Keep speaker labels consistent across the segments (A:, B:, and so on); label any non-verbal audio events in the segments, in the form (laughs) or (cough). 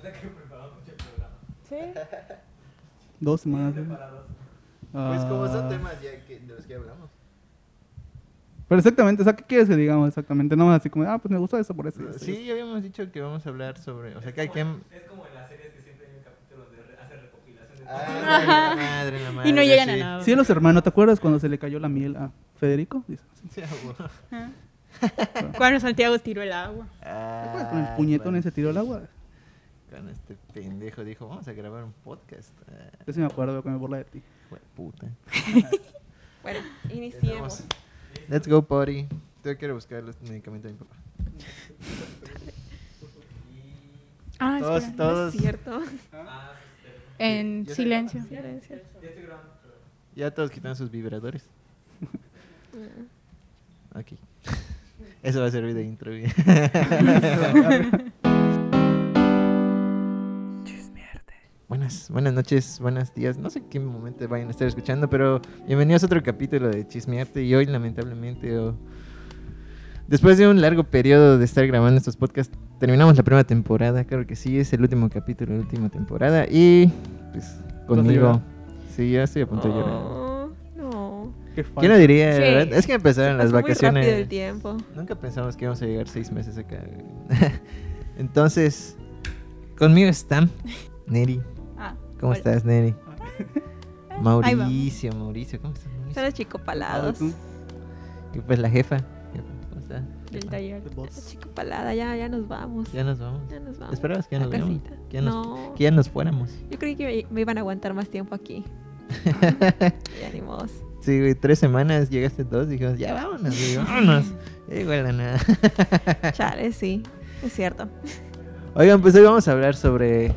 A: cuenta que preparamos mucho el programa.
B: Sí.
C: Dos semanas. güey.
A: Preparados.
C: Ah,
D: Pues como son temas ya que, de los que hablamos.
C: Pero exactamente, o sea, ¿qué quieres que digamos exactamente? No, así como, ah, pues me gusta eso por eso. y eso, y eso.
D: Sí, ya habíamos dicho que vamos a hablar sobre... O sea, que em hay
A: es, como,
D: quien...
A: es como en las series que siempre hay un capítulo donde re- hace recopilación de todo.
D: Ay,
A: (laughs)
D: la madre, la madre,
B: Y no llegan a
D: sí. (laughs)
B: nada.
C: Sí, los hermanos, ¿te acuerdas cuando se le cayó la miel a Federico? Dice, sí.
D: Sí, a huevo.
B: Ah. (laughs) Cuando Santiago tiró el agua.
C: ¿Te acuerdas pues, con
D: Ah,
C: el puñetón
D: con-
C: ese tiró al agua?
D: Con este pendejo dijo, vamos a grabar un podcast. Ah,
C: Yo sí me acuerdo que me burla de ti.
D: hijo de puta.
E: Bueno,
D: Tenemos-
E: iniciemos.
D: Let's go, party. Tengo que ir a buscar los medicamentos de mi papá.
B: Ah,
D: Todos,
B: espera, no es
D: todos.
E: ¿Cierto?
A: Ah, este,
B: En
D: Ya se-
B: silencio.
A: ya estoy grabando, pero
D: Ya todos quitan sus vibradores. Aquí. (laughs) Eso va a servir de intro. güey. buenas, buenas noches, buenos días. No sé qué momento vayan a estar escuchando, pero bienvenidos a otro capítulo de Chismearte. Y hoy, lamentablemente, o- después de un largo periodo de estar grabando estos podcasts, terminamos la primera temporada. Claro que sí, es el último capítulo, de la última temporada. Y pues
C: a
D: conmigo.
C: llorar?
D: Sí, ya estoy a punto de llorar.
E: Oh, no.
C: Qué
D: ¿Quién lo
C: falso.
D: diría?
E: Sí.
D: verdad? Es que empezaron las
E: Pasó Muy rápido el
D: vacaciones.
E: tiempo.
D: Nunca pensamos que íbamos a llegar seis meses acá. (laughs) güey. Entonces, conmigo están Neri.
B: Ah,
D: ¿Cómo
B: hola.
D: estás, Neri?
E: (laughs)
B: Ahí va.
D: Mauricio, Mauricio, ¿cómo estás? Mauricio?
E: Están los chicopalados.
C: Ah, tú,
D: Y pues la jefa. Jefa, ¿Cómo estás?
B: Del taller.
C: el
E: La
C: boss.
E: chicopalada, ya, ya nos vamos.
D: Ya nos vamos.
E: Ya nos vamos.
D: Esperabas que ya
E: A
D: nos viéramos.
E: casita.
D: Que ya nos,
E: No.
D: que ya nos fuéramos.
E: Yo creí que me, me iban a aguantar más tiempo
D: (laughs)
E: aquí. Ya ni modos.
D: sí, güey, tres semanas, llegaste dos, dijimos, ya vámonos,
E: (laughs)
D: güey, vámonos. Ya igual a nada.
E: Chale, sí. Es cierto.
D: Oigan, pues hoy vamos a hablar sobre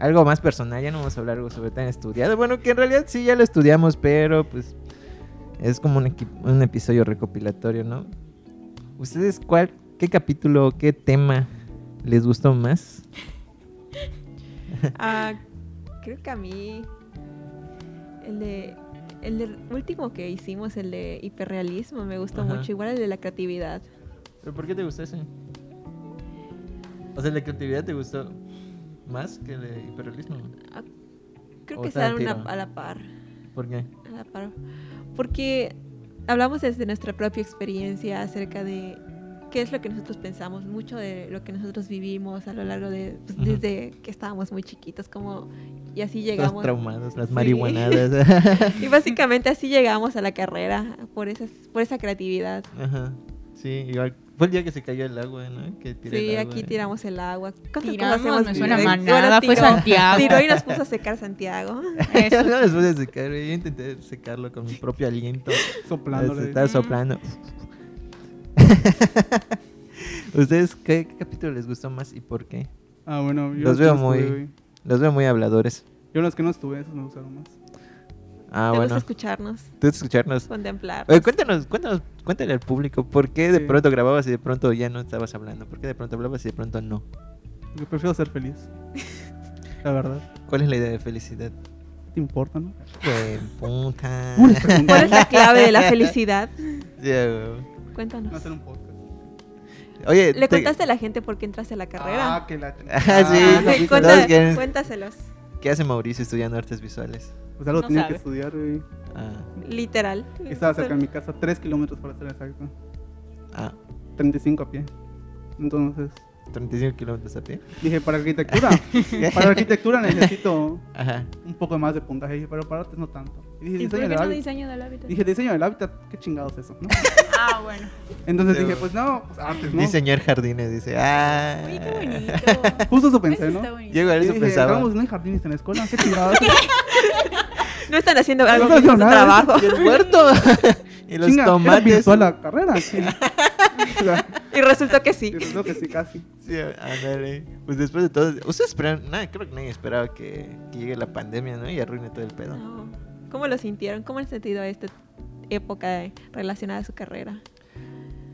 D: algo más personal, ya no vamos a hablar algo sobre tan estudiado. Bueno, que en realidad sí ya lo estudiamos, pero pues es como un, equi- un episodio recopilatorio, ¿no? ¿Ustedes cuál, qué capítulo, qué tema les gustó más?
E: Ah, creo que a mí. El de. El de- último que hicimos, el de hiperrealismo, me gustó
D: Ajá.
E: mucho. Igual el de la creatividad.
D: ¿Pero por qué te gustó ese? O sea, ¿la creatividad te gustó más que el hiperrealismo?
E: Creo
D: O
E: que
D: sea,
E: están una-
D: tiro.
E: a la par.
D: ¿Por qué?
E: a la par. Porque hablamos desde nuestra propia experiencia acerca de qué es lo que nosotros pensamos, mucho de lo que nosotros vivimos a lo largo de. pues,
D: Ujú.
E: desde que estábamos muy chiquitos, como. Y así
D: Los
E: llegamos.
D: traumados, las
E: Sí.
D: marihuanadas. (laughs)
E: Y básicamente así llegamos a la carrera, por, esas, por esa creatividad.
D: Ajá. Sí, igual. Fue el día que se cayó el agua, ¿no? Que tiré
E: Sí,
D: el agua,
E: aquí
D: ¿eh?
E: tiramos el agua. ¿Cuántas cosas
B: Tiramos, no es una
E: Bueno,
B: manada, fue
E: tiró-
B: Santiago.
E: Tiró y nos puso a secar
D: Ah,
E: Santiago.
D: Yo
B: Eso.
D: no les pude secar, güey. Yo intenté secarlo con mi propio aliento. Se
C: Soplándole.
D: estaba
B: Mm.
D: soplando. (laughs) ¿Ustedes qué, qué capítulo les gustó más y por qué?
C: Ah, bueno. Yo
D: Los
C: que
D: veo
C: no estuve,
D: muy-
C: güey.
D: Los veo muy habladores.
C: Yo los que no estuve, esos me gustaron más.
D: Ah,
E: Te gusta
D: bueno.
E: escucharnos,
D: Tú escucharnos.
E: contemplar.
D: Oye, cuéntanos, cuéntanos, cuéntale al público por qué de
C: Sí.
D: pronto grababas y de pronto ya no estabas hablando. ¿Por qué de pronto hablabas y de pronto no?
C: Yo prefiero ser
D: (laughs)
C: feliz. La verdad.
D: ¿Cuál es la idea de felicidad?
C: ¿Te importa, no?
D: Pues, puta.
C: Uh, les pregunté.
E: ¿Cuál es la clave de la felicidad?
D: (laughs) Ya, güey.
E: Cuéntanos.
C: Hacer un podcast.
D: Oye,
E: ¿Le
D: te-
E: contaste a la gente por qué entraste a la carrera?
C: Ah, que (laughs) la...
D: Ah, sí,
E: Ah,
D: sí, sí,
E: cuenta-
D: todos quieren-
E: Cuéntaselos.
D: ¿Qué hace Mauricio estudiando artes visuales?
C: Pues algo
B: No
C: tenía
B: sabe.
C: que estudiar, güey.
D: Ah,
E: Literal.
C: Estaba cerca de mi casa, 3 kilómetros para ser exacto.
D: ah,
C: 35 a pie. Entonces,
D: 35 kilómetros a pie.
C: dije, para arquitectura. para arquitectura necesito
D: Ajá.
C: un poco más de puntaje. Dije, pero para artes no tanto. Y dije,
B: ¿Y
C: diseño
B: por qué
C: del
B: no
C: hábitat.
B: diseño del hábitat?
C: Dije, diseño del hábitat, qué chingados eso, ¿no?
B: Ah,
C: (laughs)
B: bueno.
C: Entonces
D: Sí,
C: dije,
D: güey.
C: pues no, pues artes, ¿no?
D: Diseñar jardines, dice. Ah.
B: Oye, qué bonito.
C: Justo eso
B: Eso
C: Eh, (laughs) pensé, ¿no?
B: está bonito.
D: Yo igual
C: Y
D: eso
C: dije,
D: pensaba.
C: hagamos, no hay jardines en la escuela, qué chingados.
E: No están haciendo algo
C: No
E: que es
C: están
E: su
C: haciendo nada.
E: trabajo.
D: (laughs) Y el huerto. (laughs) y los
C: Chinga, era
D: tomates.
C: virtual la carrera. sí. O sea,
E: Y resultó que sí.
C: yo creo que sí, casi.
D: Sí, ándale. Pues después de todo. Ustedes esperan. Nada, creo que nadie esperaba que, que llegue la pandemia, ¿no? Y arruine todo el pedo.
E: No. ¿Cómo lo sintieron? ¿Cómo han sentido esta época eh, relacionada a su carrera?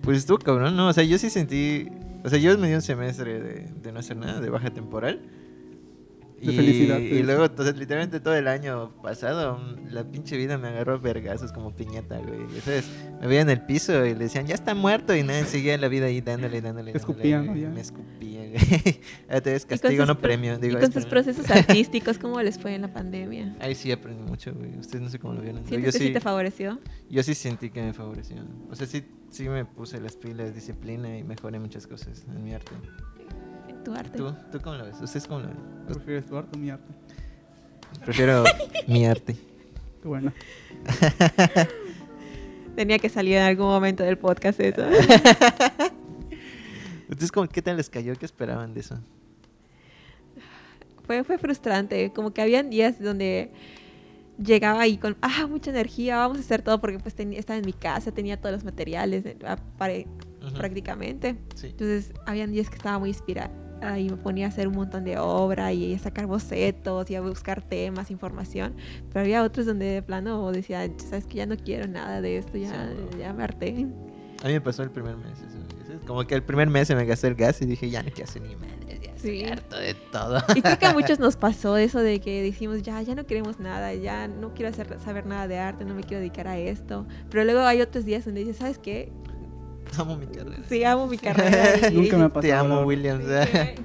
D: Pues estuvo cabrón, ¿no? O sea, yo sí sentí. O sea, yo me di un semestre de, de no hacer nada, de baja temporal. Y,
C: felicidad, sí.
D: y luego, entonces, literalmente todo el año pasado, mm, la pinche vida me agarró a vergazos como piñata, güey. Entonces, me veía en el piso y le decían, ya está muerto. Y nada, seguía la vida ahí dándole, dándole.
C: Te
D: dándole,
C: escupían,
D: güey.
C: ¿no? Ya.
D: Me escupían, güey. (laughs) Ahora te ves
E: con
D: castigo,
E: sus
D: no
E: pro-
D: premio. Digo,
E: y con
D: es
E: sus
D: premio.
E: procesos artísticos, ¿cómo les fue en la pandemia?
D: Ahí sí aprendí mucho, güey. Ustedes no sé cómo lo vieron. pero
E: ¿Sientes
D: Yo
E: que sí.
D: sí,
E: te favoreció?
D: yo sí sentí que me favoreció. O sea, sí, sí me puse las pilas, disciplina y mejoré muchas cosas en mi arte.
E: En tu arte.
D: ¿Tú? ¿Tú cómo lo ves? ¿Ustedes cómo lo ven? Los-
C: Prefieres tu arte o mi arte. (laughs)
D: Prefiero mi arte.
C: Qué bueno.
E: Tenía que salir en algún momento del podcast eso.
D: Ah. ¿Ustedes cómo- qué tal les cayó? ¿Qué esperaban de eso?
E: (laughs) fue, fue frustrante. Como que habían días donde llegaba ahí con, ah, mucha energía, vamos a hacer todo porque pues tenía- estaba en mi casa, tenía todos los materiales eh, apare-
D: Ujú.
E: prácticamente.
D: Sí.
E: Entonces, habían días que estaba muy inspirada y me ponía a hacer un montón de obra y a sacar bocetos y a buscar temas, información. Pero había otros donde de plano decía, sabes que ya no quiero nada de esto, ya,
D: Sí, no.
E: ya me harté.
D: A mí me pasó el primer mes. eso, eso es Como que el primer mes se me gastó el gas y dije, ya no quiero hacer ni madre, ya estoy
E: Sí.
D: harto de todo. (laughs)
E: Y creo que a muchos nos pasó eso de que decimos, ya, ya no queremos nada, ya no quiero hacer, saber nada de arte, no me quiero dedicar a esto. Pero luego hay otros días donde dices, ¿sabes qué?
D: Amo mi carrera. (laughs)
E: Sí, amo mi carrera. y-
C: (laughs) Nunca me ha pasado.
D: Te
C: la
D: amo,
C: verdad.
D: Williams.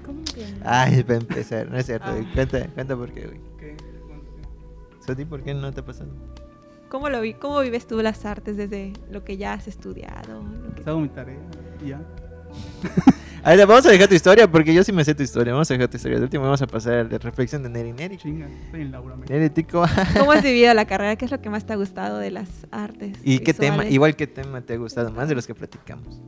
B: ¿Cómo que?
D: Ay, para empezar, no es cierto. güey.
E: Ah.
D: Cuenta, cuenta por qué, güey.
C: ¿Qué?
D: Soti, ¿por qué no te ha pasado?
E: ¿Cómo, lo vi, ¿Cómo vives tú las artes desde lo que ya has estudiado? lo que-
C: Pues hago mi tarea y ya.
D: A ver, vamos a dejar tu historia porque yo sí me sé tu historia. Vamos a dejar tu historia. De último vamos a pasar a la reflexión de Neri Neri.
C: Chinga, estoy en Laura. me-
D: Neri Tico. (laughs)
E: ¿Cómo has vivido la carrera? ¿Qué es lo que más te ha gustado de las artes?
D: ¿Y qué tema?
E: visuales?
D: Igual qué tema te ha gustado más de los que platicamos.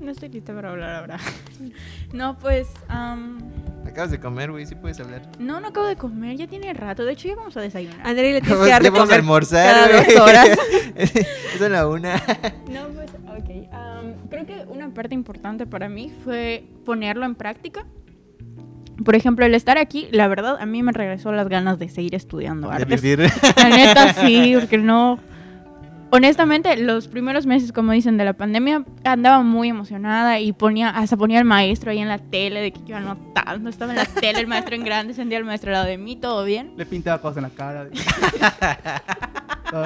B: No estoy lista para hablar ahora. (laughs) No, pues. am,
D: Acabas de comer, güey. Sí puedes hablar.
B: no, no acabo de comer, ya tiene rato. De hecho, ya vamos a desayunar.
E: A
D: (laughs)
E: Neri le tienes que
D: Ya
E: dar de
D: vamos a
E: comer.
D: almorzar,
E: cada
D: güey.
E: dos horas.
D: Eso (laughs) es la una.
B: No, pues, ok. Am, creo que una parte importante para mí fue ponerlo en práctica. Por ejemplo, el estar aquí, la verdad, a mí me regresó las ganas de seguir estudiando
D: De
B: artes. (laughs)
D: vivir.
B: La neta, sí, porque no. Honestamente, los primeros meses, como dicen, de la pandemia, andaba muy emocionada y ponía, hasta ponía al maestro ahí en la tele, de que yo anotando, estaba en la tele, el maestro en grande, sentía al maestro al lado de mí, todo bien.
C: Le pintaba cosas en la cara.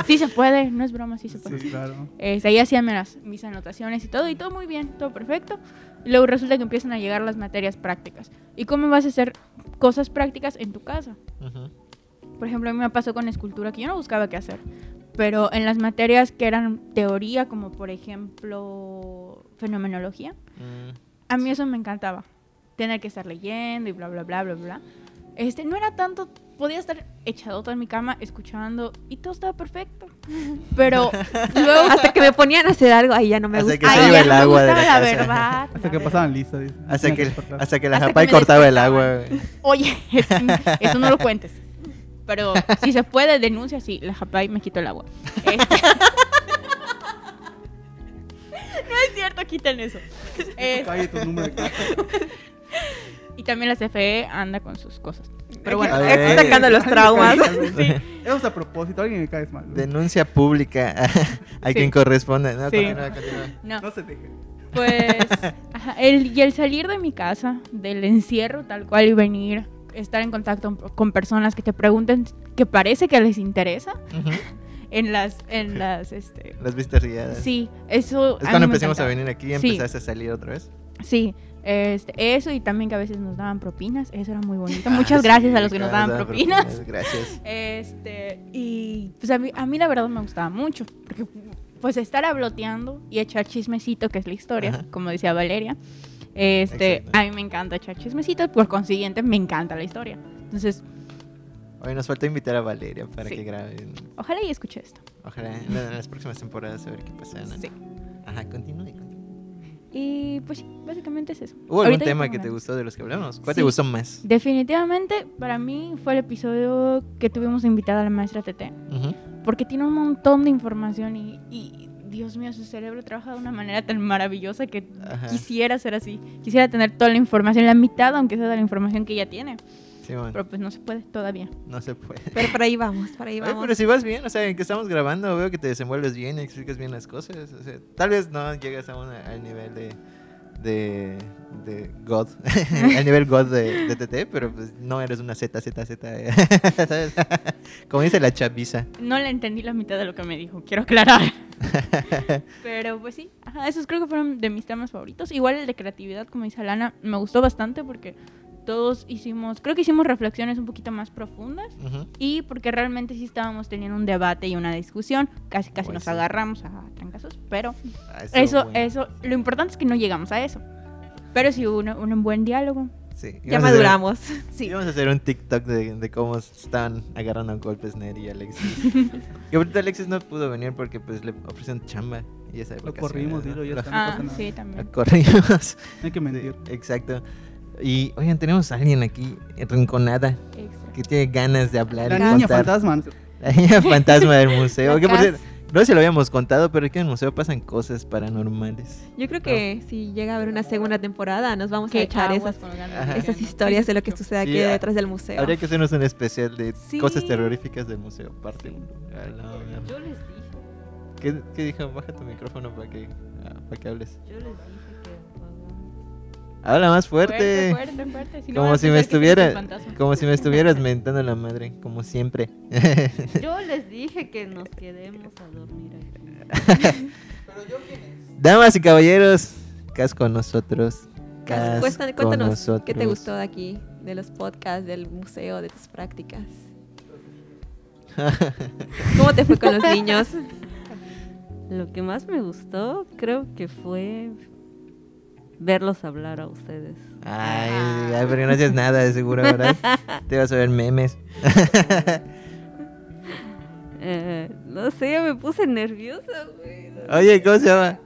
B: Sí se puede, no es broma, sí se puede.
C: Sí, claro.
B: Este, ahí hacían las- mis anotaciones y todo, y todo muy bien, todo perfecto. Luego resulta que empiezan a llegar las materias prácticas. ¿Y cómo vas a hacer cosas prácticas en tu casa?
D: Ujú.
B: Por ejemplo, a mí me pasó con escultura que yo no buscaba qué hacer. Pero en las materias que eran teoría, como por ejemplo fenomenología,
D: Mm.
B: a mí eso me encantaba. Tener que estar leyendo y bla, bla, bla, bla, bla. Este, no era tanto, podía estar echadota en mi cama escuchando y todo estaba perfecto.
C: (laughs)
B: Pero luego...
E: Hasta que me ponían a hacer algo, ahí ya no me
D: Hasta
E: gusta.
D: que
B: Ay,
D: se
B: ya
D: iba el
B: no me
D: agua de la, casa.
B: gustaba la, verdad.
C: Hasta
B: la
C: que
B: verdad.
C: pasaban listas. dice.
D: Hasta
C: Tenía
D: que,
C: cortar.
D: hasta que la
B: Hasta que
D: Japay
B: me
D: cortaba el agua,
B: despertaban.
D: güey.
B: Oye, (laughs) eso no lo cuentes. Pero si se puede, denuncia, sí. La Japay me quitó el agua. Este- (laughs) no es cierto, quiten eso. Es-
C: Calle tu número de casa.
B: y también la CFE anda con sus cosas. Pero
E: Aquí-
B: bueno,
D: A
E: aquí
D: ver.
E: sacando los traumas.
B: Sí.
C: Eso es a propósito. Alguien me caes mal. güey.
D: Denuncia pública (laughs) a, a quien corresponde. No,
B: Sí.
D: continúa, continúa.
B: no.
C: No se dejen.
B: Pues, ajá, el, y el salir de mi casa, del encierro tal cual y venir, estar en contacto con personas que te pregunten, que parece que les interesa,
D: Ujú.
B: en las, en las, este,
D: Las viste riadas.
B: sí, eso.
D: Es
B: a
D: cuando
B: mí me
D: empezamos a
B: encantaba.
D: venir aquí y
B: Sí.
D: empezaste a salir otra vez.
B: Sí, este, eso y también que a veces nos daban propinas, eso era muy
D: (laughs) Ah,
B: bonito. (laughs) Muchas gracias a los que nos daban propinas.
D: Gracias.
B: Este, y pues a mí, a mí la verdad me gustaba mucho, porque pues estar habloteando y echar chismecito, que es la historia,
D: Ajá.
B: como decía Valeria, este,
D: Exacto.
B: a mí me encanta echar chismecito, por consiguiente me encanta la historia. Entonces,
D: Hoy nos falta invitar a Valeria para
B: Sí.
D: que grabe.
B: ojalá y escuche esto.
D: Ojalá en, la- en las próximas temporadas a ver qué pasa. ¿no?
B: Sí.
D: Ajá, continúa. y continúa.
B: Y pues sí, básicamente es eso.
D: ¿Hubo algún
B: Ahorita ya
D: tema
B: tengo
D: que te
B: ganas.
D: gustó de los que hablamos? ¿Cuál
B: Sí.
D: te gustó más?
B: Definitivamente para mí fue el episodio que tuvimos invitada a la maestra Tete.
D: Ujú.
B: porque tiene un montón de información y, y, Dios mío, su cerebro trabaja de una manera tan maravillosa que
D: Ajá.
B: quisiera ser así. Quisiera tener toda la información, la mitad, aunque sea de la información que ella tiene.
D: Sí, bueno,
B: Pero pues no se puede todavía.
D: no se puede.
E: Pero por ahí vamos, por ahí
D: Oye,
E: vamos.
D: pero si vas bien, o sea, en que estamos grabando, veo que te desenvuelves bien, explicas bien las cosas. o sea, tal vez no llegas a una- al nivel de, de, de God, (laughs) al nivel God de, de TT, pero pues no eres una Z, Z, Z, (laughs) ¿sabes? Como dice la chaviza.
B: No le entendí la mitad de lo que me dijo, quiero aclarar. Pero pues sí, ajá, esos creo que fueron de mis temas favoritos. Igual el de creatividad, como dice Alana, me gustó bastante porque todos hicimos, creo que hicimos reflexiones un poquito más profundas
D: Ujú.
B: y porque realmente sí estábamos teniendo un debate y una discusión. Casi, casi
D: Pues
B: nos
D: sí.
B: agarramos a trancazos, pero
D: Ah, estuvo
B: eso,
D: bueno.
B: eso, lo importante es que no llegamos a eso. Pero sí hubo un, un buen diálogo.
D: Sí.
E: Ya
D: Íbamos a hacer-
E: maduramos.
B: Sí.
D: Vamos a hacer un TikTok de, de cómo están agarrando a golpes Ned
E: (laughs)
D: y Alexis. y ahorita Alexis no pudo venir porque pues le ofrecen chamba y esa
C: Lo corrimos, dilo, ya está.
B: Ah,
C: pasa nada.
B: sí,
D: Lo
B: también.
D: corrimos.
C: No hay que mentir.
D: Sí, exacto. Y oigan, tenemos a alguien aquí, rinconada,
B: Extra.
D: que tiene ganas de hablar.
C: La
D: y
C: niña
D: contar.
C: fantasma. no sé.
D: La niña fantasma del museo.
B: La
D: que por
B: Cas.
D: cierto, no sé si lo habíamos contado, pero aquí en el museo pasan cosas paranormales.
E: Yo creo que si llega a haber una segunda temporada, nos vamos a
B: Que
E: echar
B: aguas
E: esas,
B: con ganas
D: Ajá.
B: de
E: esas
B: verlo.
E: historias de lo que
B: Sí,
E: sucede
D: Sí,
E: aquí
D: ah,
E: detrás del museo.
D: Habría que hacernos un especial de
B: Sí.
D: cosas terroríficas del museo, parte
B: Sí.
D: uno. Ah, no, no.
B: Yo les dije,
D: ¿Qué, qué dijo? Baja tu micrófono para que, ah, para que hables.
B: yo les dije que...
D: Habla más fuerte.
B: fuerte, fuerte, fuerte, si no van
D: Como
B: a
D: si me
B: pensar que soy
D: estuviera,
B: un fantasma.
D: como si me estuvieras (laughs) mentando la madre, como siempre.
F: Yo les dije que nos quedemos a dormir aquí.
D: Damas y caballeros, cas con nosotros. Cas
E: Pues, cué-
D: con
E: cuéntanos
D: nosotros.
E: qué te gustó de aquí, de los podcasts, del museo, de tus prácticas.
D: (laughs)
E: ¿Cómo te fue con los niños?
F: Lo que más me gustó creo que fue verlos hablar a ustedes.
D: Ay,
F: Ah.
D: ay, pero no haces nada de seguro,
F: (laughs)
D: ¿verdad? te vas a ver memes.
F: Eh, no sé, ya me puse nerviosa, güey. No
D: Oye, ¿cómo se llama?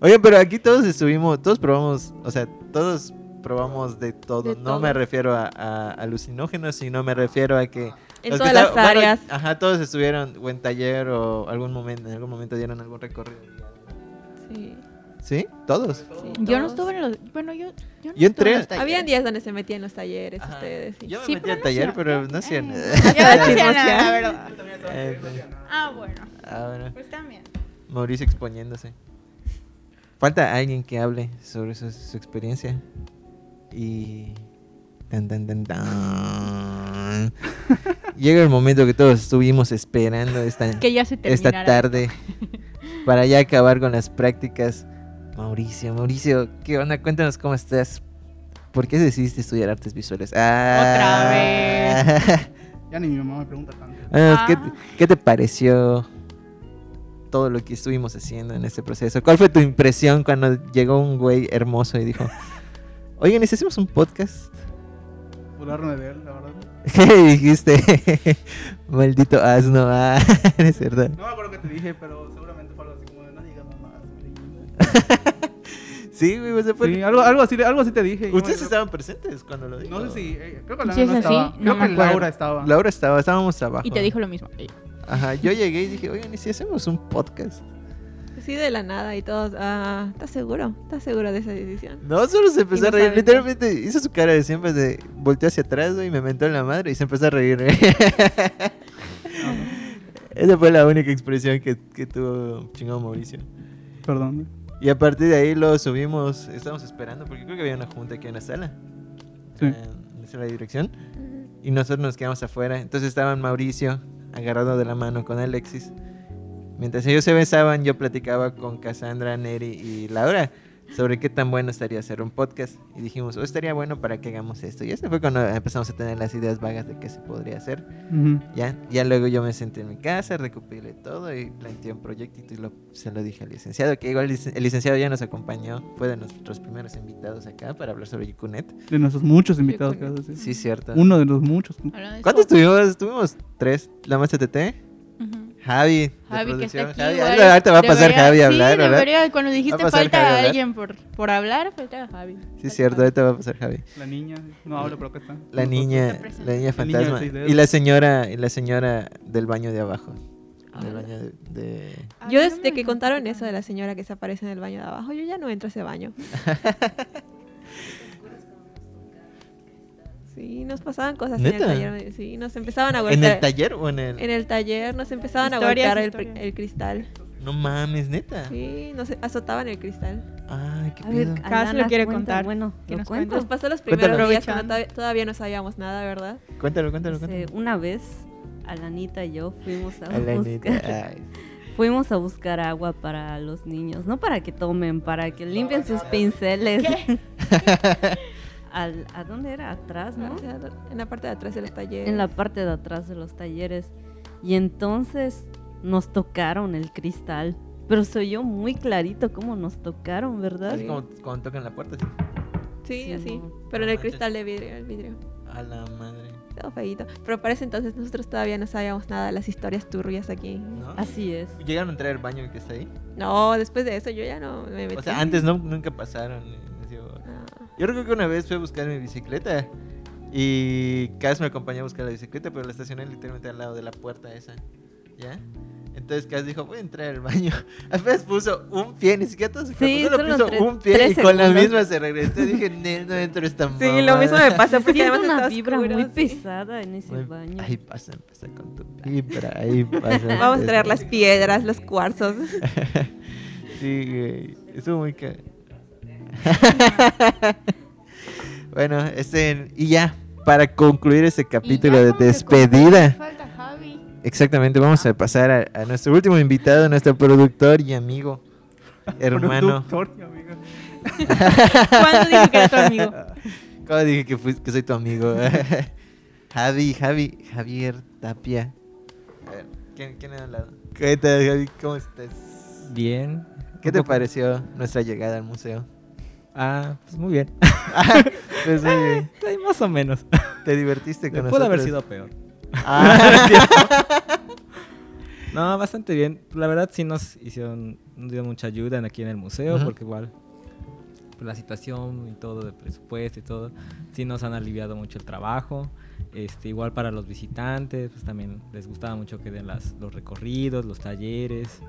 D: Oye, pero aquí todos estuvimos, todos probamos, o sea, todos probamos de todo.
E: De
D: no
E: todo.
D: me refiero a, a alucinógenos, sino me refiero a que...
E: En
D: los que
E: todas las
D: estaban- bueno,
E: áreas.
D: ajá, todos estuvieron o en taller o algún momento, en algún momento dieron algún recorrido.
E: Sí,
D: ¿Sí, todos.
E: sí,
B: Yo no
E: todos.
B: estuve en los... Bueno, yo... Yo, no
D: Yo
B: estuve en
D: entré-
B: los talleres.
E: Habían días donde se metían los talleres
D: Ajá.
E: ustedes. sí.
D: Yo me
B: Sí,
D: metí
B: pero
D: al
B: no
D: taller,
B: hacía-
D: pero no hacía
B: Eh,
D: nada.
E: (laughs)
B: yo no hacía
E: chismosear.
B: nada, la verdad.
C: Yo también
D: estaba aquí, no hacía
B: Ah, bueno.
D: Eh, Ah, bueno.
B: Pues también.
D: Mauricio exponiéndose. Falta alguien que hable sobre su, su experiencia. Y. Tan, tan, tan, tan. Llega el momento que todos estuvimos esperando esta,
B: Que ya se terminara.
D: esta tarde
B: (laughs)
D: para ya acabar con las prácticas. Mauricio, Mauricio, ¿qué onda? Cuéntanos cómo estás. ¿Por qué decidiste estudiar artes visuales?
B: Otra
D: (laughs)
B: vez.
C: Ya ni mi mamá me pregunta tanto.
D: Ah, ¿qué,
B: Ah.
D: qué te pareció todo lo que estuvimos haciendo en este proceso? ¿Cuál fue tu impresión cuando llegó un güey hermoso y dijo, oye, necesitamos un podcast? (laughs)
C: Burlarme de él, la verdad.
D: ¿Qué dijiste? (laughs) Maldito asno, ah, (laughs) no es verdad.
C: No me acuerdo qué te dije, pero seguramente fue algo así como de no digas mamás.
D: Sí, güey, o sea, fue-
C: Sí, algo, algo, así, algo así te dije. Yo
D: Ustedes
C: me-
D: estaban presentes cuando lo dijo.
C: No sé si. eh, creo que Laura
B: Si es
C: no
B: así,
C: estaba.
B: no
C: creo
B: me
C: que
B: acuerdo.
C: Laura estaba.
D: Laura estaba, estábamos abajo.
B: Y te dijo lo mismo.
D: Ajá, yo llegué y dije, oye, ¿y si hacemos un podcast?
E: Sí, de la nada y todos. Ah, ¿estás seguro? ¿Estás seguro de esa decisión?
D: No, solo se empezó
E: no
D: a reír.
E: saben.
D: Literalmente hizo su cara de siempre de volteó hacia atrás güey, y me mentó en la madre y se empezó a reír. Esa fue la única expresión que, que tuvo chingón Mauricio.
C: Perdón.
D: Y a partir de ahí lo subimos, estábamos esperando porque creo que había una junta aquí en la sala.
C: Sí.
D: eh, en la sala de dirección. Y nosotros nos quedamos afuera. Entonces estaban Mauricio agarrado de la mano con Alexis. Mientras ellos se besaban, yo platicaba con Cassandra, Neri y Laura sobre qué tan bueno estaría hacer un podcast. Y dijimos, oh, estaría bueno para que hagamos esto. Y ese fue cuando empezamos a tener las ideas vagas de qué se podría hacer.
C: Ujú.
D: Ya, ya luego yo me senté en mi casa, recopilé todo y planteé un proyectito y lo- se lo dije al licenciado, que igual lic- el licenciado ya nos acompañó, fue de nuestros primeros invitados acá para hablar sobre Yukunet.
C: De nuestros muchos invitados que
E: con-
C: vas a decir.
D: Sí, cierto.
C: Uno de los muchos.
D: ¿Cuántos tuvimos? Tuvimos tres, la más TTT, Javi. de
B: Javi, que
D: producción.
B: está aquí.
D: Javi,
B: igual,
D: ahorita- ahorita va a pasar
B: debería-
D: Javi a hablar,
B: sí,
D: ¿verdad?
B: debería- cuando dijiste
D: pasar Javi
B: falta
D: a hablar.
B: alguien por, por hablar, falta Javi.
D: Sí, cierto, ahorita va a pasar Javi.
C: La niña. No hablo, pero acá está.
D: La
C: Nosotros.
D: niña,
B: presente.
D: la niña
C: La niña de
D: fantasma.
C: seis dedos.
D: Y la señora, y la señora del baño de abajo. Del
B: Ah,
E: Hola.
D: baño de- de...
E: Yo desde que contaron eso de la señora que se aparece en el baño de abajo, yo ya no entro a ese
D: (laughs)
E: baño. Sí, nos pasaban cosas
D: ¿Neta?
E: en el taller. Sí, nos empezaban a
D: ¿En el
E: golpear.
D: taller o en el...?
E: En el taller nos empezaban
B: Historias,
E: a golpear el,
B: historias.
E: el cristal.
D: No mames, neta.
E: Sí, nos azotaban el cristal.
D: Ah, Ay, qué
F: A
D: pedo.
F: ver, Alana,
B: Cas lo quiere
F: cuenta,
B: contar.
F: Bueno,
B: ¿Qué
F: lo
B: nos
F: cuento.
E: Nos pasó los
D: Cuéntalo.
E: primeros días cuando todavía,
B: Aprovechando.
E: todavía no sabíamos nada, ¿verdad?
D: Cuéntalo, cuéntalo,
F: Dice,
D: cuéntalo.
F: una vez, Alanita y yo fuimos a buscar...
D: Alanita, ay.
F: Fuimos a buscar agua para los niños, no para que tomen, para que limpien sus pinceles. (laughs) Al- ¿A dónde era? Atrás, ¿no?
E: O sea, En la parte de atrás de los talleres.
F: En la parte de atrás de los talleres. Y entonces nos tocaron el cristal. Pero se oyó muy clarito cómo nos tocaron, ¿verdad?
D: Así como cuando tocan la puerta. así.
E: Sí,
F: Sí,
E: así.
F: no.
E: Pero en
D: No
E: el
D: manches.
E: cristal de vidrio, el vidrio.
D: A la madre.
E: Todo feíto. Pero para ese entonces nosotros todavía no sabíamos nada de las historias turbias aquí.
D: ¿no?
F: Así es.
D: ¿Llegaron a entrar al baño que está ahí?
E: No, después de eso yo ya no me metí.
D: O sea, antes no, nunca pasaron. eh, así, o-
E: No.
D: Yo creo que una vez fui a buscar mi bicicleta. Y Cas me acompañó a buscar la bicicleta, pero la estacioné literalmente al lado de la puerta esa. ¿Ya? Entonces Cas dijo, voy a entrar al baño. (laughs) Apenas puso un pie, ni siquiera todo se fue,
F: Sí,
D: solo
F: solo
D: puso
F: tres-
D: un pie y
F: tres
D: con la
F: segundos.
D: misma se regresó. Dije, "Nel, no entro esta
E: Sí, lo mismo me
D: mamada".
E: pasa porque
F: Siento
E: además
F: una
E: estaba
F: vibra
E: oscuro,
F: muy
E: sí.
F: pesada en ese
D: Muy-
F: baño.
D: Ahí pasa, empieza con tu vibra, ahí pasa.
E: (laughs) Vamos a
D: empieza.
E: traer las piedras, los cuarzos.
D: (laughs) Sí, güey. Estuvo muy
E: (laughs)
D: ca- bueno, este. Y ya, para concluir este capítulo de despedida.
B: Falta Javi.
D: Exactamente, vamos a pasar a, a nuestro último invitado, nuestro productor y amigo, (laughs) hermano.
C: Productor, mi amigo.
B: ¿Cuándo dijo que era tu amigo?
D: (laughs) ¿Cómo dije que, fuis- que soy tu amigo? (laughs) Javi, Javi, Javier Tapia. A ver, ¿quién, quién ha hablado? ¿Qué tal, Javi? ¿Cómo estás?
G: Bien.
D: ¿Qué te pareció nuestra llegada al (laughs) museo?
G: Ah, pues muy bien. (laughs)
D: Pues, muy bien.
G: Ay, más o menos.
D: ¿Te divertiste con nosotros?
G: Pudo haber sido peor.
D: (laughs) Ah,
G: No, bastante bien. La verdad sí nos hicieron, nos dio mucha ayuda en- aquí en el museo,
D: Ajá.
G: porque igual pues, la situación y todo de presupuesto y todo, sí nos han aliviado mucho el trabajo. Este, igual para los visitantes, pues también les gustaba mucho que den las, los recorridos, los talleres.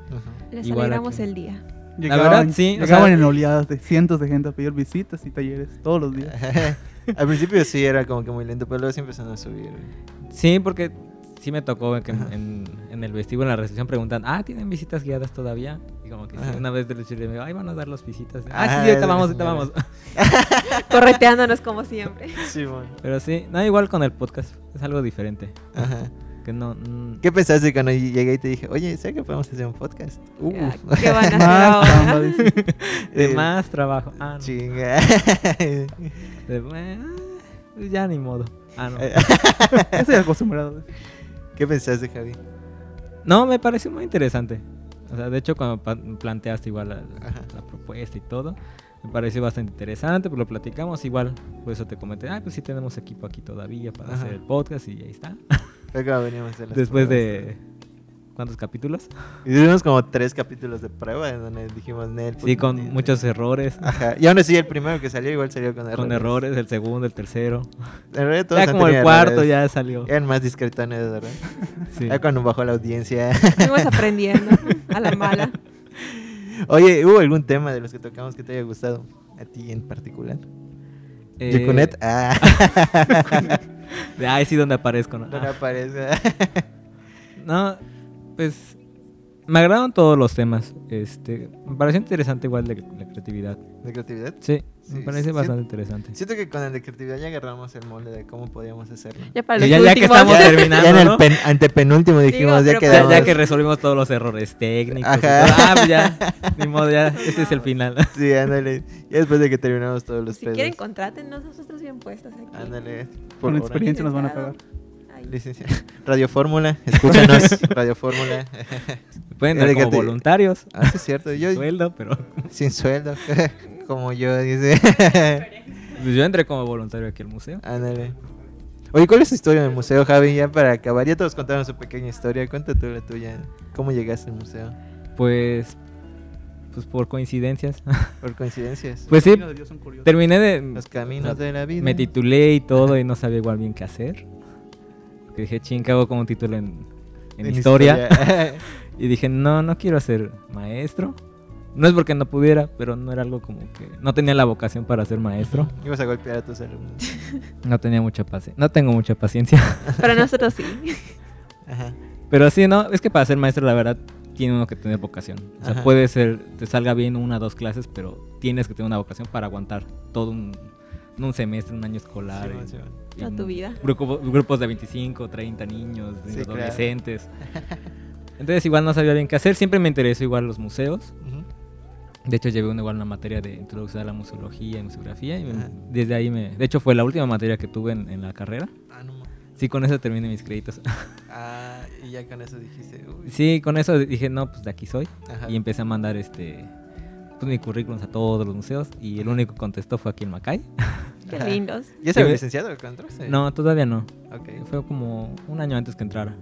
E: Les
G: Igual
E: alegramos
G: aquí.
E: el día.
C: Llegaban,
G: verdad, sí, o
C: Llegaban
G: sea-
C: en oleadas de cientos de gente a pedir visitas y talleres todos los días.
D: Ajá. Al principio sí era como que muy lento, pero luego sí empezaron a subir. güey.
G: Sí, porque sí me tocó que en,
D: Ajá.
G: en- en el vestíbulo, en la recepción, preguntan, ah, ¿tienen visitas guiadas todavía? Y como que sí,
D: Ajá.
G: una vez del estudio me dijo, ay, van a dar las visitas. Ah, sí,
D: Ah,
G: sí, ahorita
D: es
G: vamos,
D: la
G: ahorita vamos. (laughs)
E: Correteándonos como siempre.
D: Sí, bueno.
G: Pero sí, no, igual con el podcast, es algo diferente.
D: Ajá.
G: Que no... mm,
D: ¿Qué pensaste cuando llegué y te dije, oye, ¿sabes que podemos hacer un podcast? Uh,
E: Ah, ¿Qué (laughs) van a hacer
C: Más
E: ahora?
C: chamba, dice.
G: De
D: eh,
G: más trabajo. Ah, no.
D: (laughs) Chinga. (laughs)
G: De- eh, pues ya ni modo. Ah, no.
D: Eh,
C: Ya estoy acostumbrado.
D: ¿Qué pensaste, Javi?
G: No, me pareció muy interesante. O sea, de hecho, cuando pa- planteaste igual la, la-
D: Ajá.
G: la propuesta y todo, me pareció bastante interesante, pues lo platicamos igual. Por eso te comenté, ah, pues sí tenemos equipo aquí todavía para
D: Ajá.
G: hacer el podcast y ahí está.
D: Fue como veníamos de las
G: (laughs) Después
D: pruebas, Pues
G: de... ¿Cuántos capítulos?
D: ¿no? Y tuvimos como tres capítulos de prueba en donde dijimos, Nel.
G: Sí,
D: puta,
G: con
D: Nel".
G: muchos errores.
D: Ajá. Y aún así, el primero que salió igual salió con Ah, errores.
G: Con errores, el segundo, el tercero.
D: En realidad, todos
G: Ya
D: han
G: como el
D: tenido
G: cuarto
D: errores.
G: ya salió.
D: Eran más discretones, ¿verdad?
G: Sí.
D: Ya cuando bajó la audiencia. (laughs)
E: Fuimos aprendiendo a la mala.
D: Oye, ¿hubo algún tema de los que tocamos que te haya gustado? A ti en particular.
G: Eh,
D: Yucunet, ah,
G: (laughs) de- Ahí sí donde aparezco, ¿no?
D: no le
G: Ah.
D: aparece. (laughs)
G: No, pues me agradaron todos los temas. Este, me pareció interesante igual de la creatividad.
D: ¿De creatividad?
G: Sí,
D: Sí,
G: me parece
D: sí,
G: bastante interesante.
D: Siento que con el de creatividad ya agarramos el molde de cómo podíamos hacerlo.
E: Ya para
G: Y
E: los
G: ya- ya que
E: últimos.
G: estamos
D: Ya-
G: terminando,
D: ya en el
G: ¿no?
D: pen- antepenúltimo dijimos, ya
E: pero
G: Ya,
D: quedamos.
G: ya que resolvimos todos los errores técnicos. y
D: Ajá.
G: todo. Ah, pues ya, ni modo, ya, ese es
D: (laughs)
G: el final.
D: Sí, ándale. Ya después de que terminamos todos los
E: Si
D: pedos.
E: quieren, contrátennos nosotros bien puestos aquí.
D: Ándale. por
C: Con
D: hora.
C: experiencia nos van a pagar.
E: Ay,
D: Licencia. (laughs) Radio Fórmula, escúchanos. (laughs) Radio Fórmula.
G: Pueden dar como
D: Fíjate.
G: voluntarios,
D: Ah, sí, es cierto. Yo
G: sueldo, pero (laughs)
D: sin sueldo, (laughs) como yo, dice. (laughs)
G: pues yo entré como voluntario aquí al museo.
D: Ándale. Oye, ¿cuál es tu historia del museo, Javi? Ya para acabar, ya todos contaron su pequeña historia. Cuenta tú la tuya. ¿Cómo llegaste al museo?
G: Pues, pues por coincidencias. (laughs)
D: Por coincidencias.
G: Pues sí,
C: Los de Dios son curiosos.
G: terminé de
D: Los caminos de la vida.
G: Me titulé y todo y no sabía igual bien qué hacer. Porque dije, ching, ¿qué hago como título en, en historia? Y dije, no, no quiero ser maestro. No es porque no pudiera, pero no era algo como que... No tenía la vocación para ser maestro.
D: (laughs) Ibas a golpear a tus alumnos.
G: No tenía mucha paciencia. No tengo mucha paciencia. (laughs)
E: Para nosotros sí.
D: Ajá.
G: Pero sí, no, es que para ser maestro, la verdad, tiene uno que tener vocación. O sea,
D: Ajá.
G: puede ser, te salga bien una o dos clases, pero tienes que tener una vocación para aguantar todo un, no un semestre, un año escolar.
D: Simón,
G: y-
D: Simón.
G: y
E: Toda tu
G: un-
E: vida.
G: Mm. grupo- grupos de 25, 30 niños,
D: Sí, claro. (laughs)
G: adolescentes. Entonces igual no sabía bien qué hacer, siempre me interesó igual los museos.
D: Ujú.
G: De hecho llevé una, igual una materia de introducción a la museología y museografía y me-
D: Ajá.
G: desde ahí me... De hecho fue la última materia que tuve en, en la carrera.
D: Ah, no. ma-
G: Sí, con eso terminé mis créditos. (laughs)
D: Ah, y ya con eso dijiste. Uy.
G: sí, con eso dije, no, pues de aquí soy.
D: Ajá.
G: Y empecé a mandar este pues, mi currículum a todos los museos y el único que contestó fue aquí en Macay.
E: Qué
D: Ajá.
E: lindos.
D: ¿Ya sabes
G: Yo-
D: licenciado cuando entraste?
G: (laughs) No, todavía no.
D: Ok.
G: Fue como un año antes que entrara.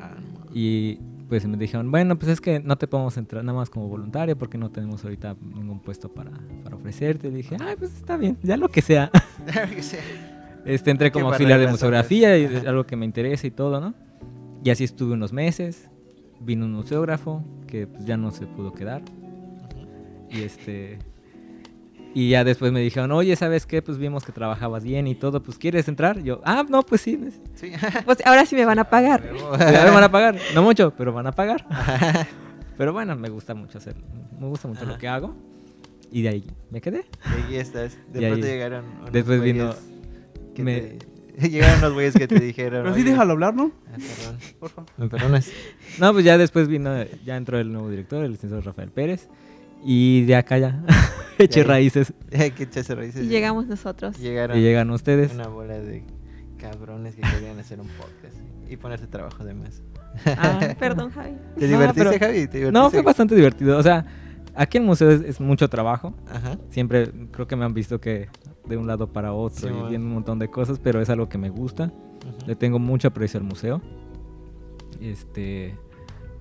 D: Ah, no. (laughs) ma-
G: Y pues me dijeron, bueno, pues es que no te podemos entrar nada más como voluntario porque no tenemos ahorita ningún puesto para, para ofrecerte. Y dije, ay, pues está bien, ya lo que sea. (laughs)
D: Que sea.
G: Este, entré
D: Hay que
G: como
D: guardar
G: auxiliar de
D: las
G: museografía, y
D: horas. Ajá.
G: algo que me interesa y todo, ¿no? Y así estuve unos meses. Vino un museógrafo que pues, ya no se pudo quedar. Y este... Y ya después me dijeron, oye, ¿sabes qué? Pues vimos que trabajabas bien y todo, pues ¿quieres entrar? Yo, ah, no, pues sí.
D: (laughs) Sí. Oh,
E: Pues ahora sí me van a pagar.
D: (laughs)
G: Ya me van a pagar. No mucho, pero van a pagar. Pero bueno, me gusta mucho hacerlo. Me gusta mucho lo
D: Ajá.
G: que hago. Y de ahí me quedé.
D: Y ahí estás. De
G: Y ahí-
D: pronto llegaron. unos
G: después vino-
D: güeyes que
G: me-
D: te- (laughs) Llegaron los güeyes que te dijeron.
C: Pero sí
D: "Oye,
C: déjalo hablar, ¿no?
D: Ah, perdón.
C: Por favor.
D: Me (laughs) perdonas.
G: No, pues ya después vino, eh, ya entró el nuevo director, el licenciado Rafael Pérez. Y de acá ya (laughs) eché
D: ahí-
G: raíces.
D: ¿Qué chazo raíces?
E: Y llegamos nosotros.
D: Llegaron.
G: Y llegan ustedes.
D: Una bola de cabrones que querían hacer un podcast y ponerte trabajo de más.
G: Ah,
E: Perdón, Javi.
D: ¿Te
G: No,
D: divertiste, Javi?
G: pero-
D: ¿Te divertiste?
G: No, fue bastante divertido. O sea, aquí en museo es, es mucho trabajo.
D: Ajá.
G: Siempre creo que me han visto que de un lado para otro
D: Sí,
G: y
D: bueno.
G: viendo un montón de cosas, pero es algo que me gusta.
D: ujú.
G: (laughs) Le tengo mucho aprecio al museo. Este,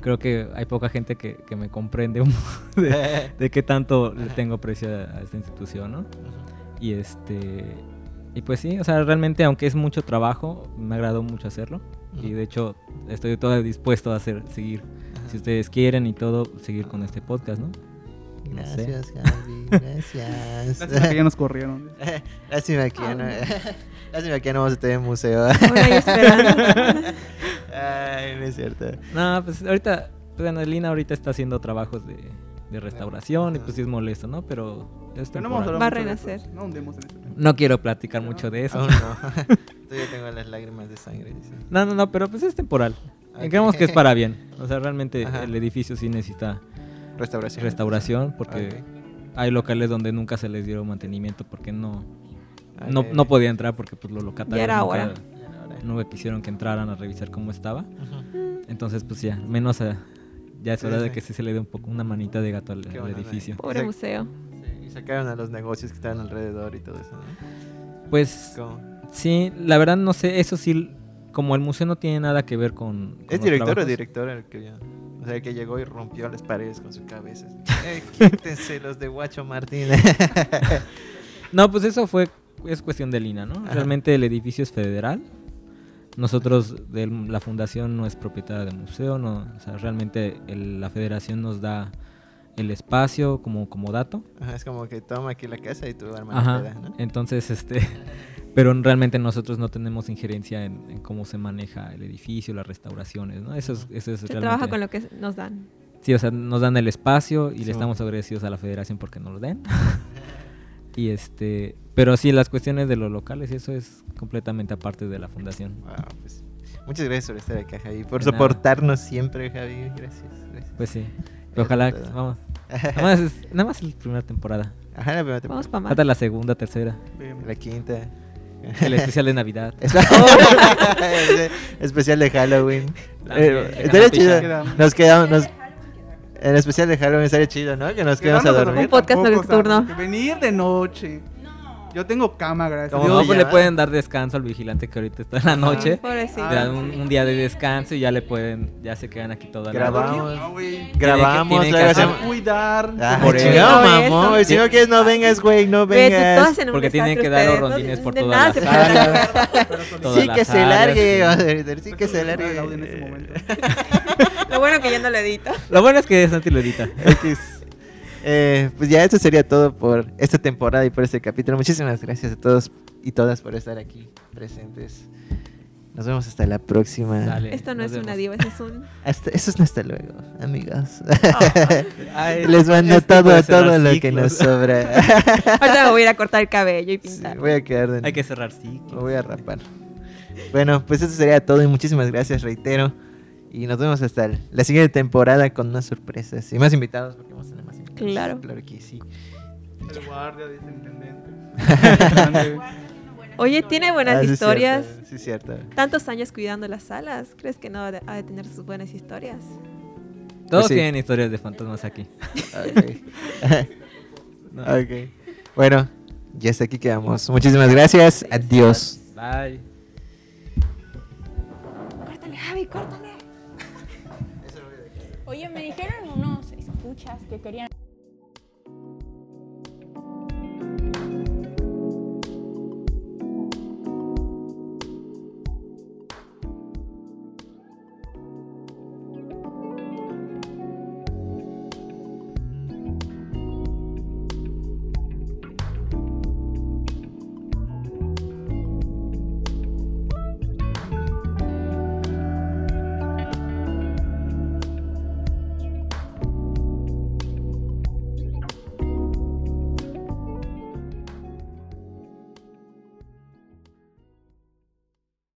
G: creo que hay poca gente que, que me comprende (laughs) de, de qué tanto le tengo aprecio a a esta institución, ¿no?
D: Ujú.
G: Y este, y pues sí, o sea, realmente aunque es mucho trabajo, me agradó mucho hacerlo. Y de hecho, estoy todo dispuesto a hacer, seguir,
D: Ajá.
G: si ustedes quieren y todo, seguir con este podcast, ¿no? no sé.
D: Gracias, (laughs) Javi.
C: Lástima que ya
D: Gracias.
C: nos corrieron.
G: (laughs)
D: Lástima que ya no.
G: Ah.
D: (laughs) Lástima que ya no vamos a tener museo.
E: Ahora hay esperanza.
D: (laughs) Ay, no es cierto.
G: No, pues ahorita, pues Anelina ahorita está haciendo trabajos de, de restauración y pues sí es molesto, ¿no? Pero es
C: Pero no
G: temporal.
C: vamos a hablar
E: Va a
C: mucho de eso,
E: renacer.
C: No hundemos en eso.
G: No quiero platicar mucho de eso.
D: Aún no. (laughs) Todavía tengo las lágrimas de sangre. dice.
G: No, no, no, pero pues es temporal.
D: Ok.
G: Eh, Creemos que es para bien. O sea, realmente
D: Ajá.
G: el edificio sí necesita
D: (laughs) Restauración.
G: restauración porque
D: Ok,
G: hay locales donde nunca se les dio mantenimiento porque no,
D: ok.
G: no, no podía entrar porque pues los locatarios
E: Ya era
G: nunca-
E: hora.
D: Ahora.
G: nunca quisieron que entraran a revisar cómo estaba.
D: Ujú.
G: Entonces, pues ya, menos a- ya es
D: Sí,
G: hora de
D: sí.
G: que sí se le dé un poco una manita de gato al,
D: Qué
G: al
D: buena
G: edificio.
D: idea.
E: Pobre
D: Exacto.
E: museo.
D: Sí, y sacaron a los negocios que estaban alrededor y todo eso. ¿no?
G: Pues
D: ¿Cómo?
G: sí, la verdad no sé, eso sí, como el museo no tiene nada que ver con... con
D: ¿Es
G: los
D: director o
G: trabajos.
D: director el que ya- O sea, el que llegó y rompió las paredes con su cabeza.
G: (laughs)
D: así, "Eh, quítense los de Guacho Martínez. (laughs)
G: No, pues eso fue, es cuestión de Lina, ¿no?
D: Ajá.
G: Realmente el edificio es federal. Nosotros, de la fundación no es propietaria del museo, no, o sea, realmente el- la federación nos da el espacio como, como dato.
D: Ajá, es como que toma aquí la casa y tú arma la peda,
G: Ajá.
D: ¿no?
G: Entonces, este, (laughs) pero realmente nosotros no tenemos injerencia en, en cómo se maneja el edificio, las restauraciones, ¿no? Eso es, eso es
E: Se
G: realmente-
E: trabaja con lo que nos dan.
G: Sí, o sea, nos dan el espacio y
D: Sí.
G: le estamos agradecidos a la federación porque nos lo den. (laughs) y este, pero sí, las cuestiones de los locales, eso es completamente aparte de la fundación.
D: Wow, pues, muchas gracias por estar acá, Javi. Por
G: De nada.
D: soportarnos siempre, Javi. Gracias. gracias.
G: Pues sí,
D: Eso
G: ojalá,
D: es todo. (laughs)
G: vamos. Nada más, es, nada más la primera temporada.
D: Ajá, la primera
E: Vamos
D: temporada.
E: para más.
G: Falta la segunda, tercera,
C: Bien.
D: La quinta. (laughs)
G: el especial de Navidad.
D: Espe- (laughs) especial de Halloween.
G: También.
D: Eh, estaría
C: Queda-
D: chido. Nos quedamos. Nos... El especial de Halloween estaría chido, ¿no? Que nos quedamos a
C: Quedarnos
D: dormir.
E: Un podcast
C: tampoco, o sea,
E: nocturno.
C: porque venir de noche. Yo tengo cama, gracias. a
D: ¿Cómo
G: No,
C: Dios.
D: se
G: pues le
D: llama?
G: pueden dar descanso al vigilante que ahorita está en la noche.
E: Pobrecito.
D: Ah,
G: Le dan un, un día de descanso y ya le pueden, ya se quedan aquí toda la noche.
D: Grabamos.
C: No, güey.
D: Grabamos.
G: Tienen que
D: luego
C: A
G: hacer-
D: hacemos-
C: cuidar.
D: Ah,
G: Por
D: chingado,
G: eso.
D: mamón, güey, Si no quieres, no vengas, güey. No
E: Ve, todas
D: vengas.
E: en un
G: Porque tienen
E: desastre
G: que dar
E: ustedes,
G: los
E: ¿no?
G: rondines
E: De-
G: por
E: de
G: todas
E: nada
G: las
E: se
G: salas.
E: ponen de acuerdo.
G: Todas
D: Sí,
G: las
D: que se
G: áreas,
D: largue. (laughs)
G: sí.
D: vamos a gritar, Sí, que eh, se
C: En este
D: largue. (laughs)
C: momento.
E: Lo bueno que yo no lo edito.
G: Lo bueno es que Santi lo edita.
D: X. Eh, pues ya eso sería todo por esta temporada y por este capítulo. Muchísimas gracias a todos y todas por estar aquí presentes. Nos vemos hasta la próxima.
G: Sale.
E: Esto no
G: nos
E: es un
G: vemos.
E: adiós, es un
D: Hasta, eso es un hasta luego, amigos. (laughs) Les mando
G: Este
D: todo, todo lo que nos sobra.
E: Ahorita me voy a ir a cortar el cabello y
D: Sí,
E: pintar.
D: voy a quedar de
G: Hay que cerrar ciclos.
D: Me voy a rapar. Bueno, pues eso sería todo y muchísimas gracias, reitero. Y nos vemos hasta el- la siguiente temporada con más sorpresas y más invitados, porque vamos a tener más invitados.
E: Claro.
D: Claro que sí.
C: El guardia, dice
D: (laughs)
C: intendente.
E: Oye, tiene buenas
D: Ah, sí es
E: historias.
D: cierto, Sí, es cierto.
E: Tantos años cuidando las salas, ¿crees que no ha de, ha de tener sus buenas historias?
G: Todos
D: sí.
G: tienen historias de fantasmas aquí.
D: Ok. (laughs) Ok. Bueno, ya hasta aquí quedamos. Muchísimas gracias. Adiós.
G: Bye.
E: Córtale, Javi, córtale.
B: Oye, me dijeron unos escuchas que querían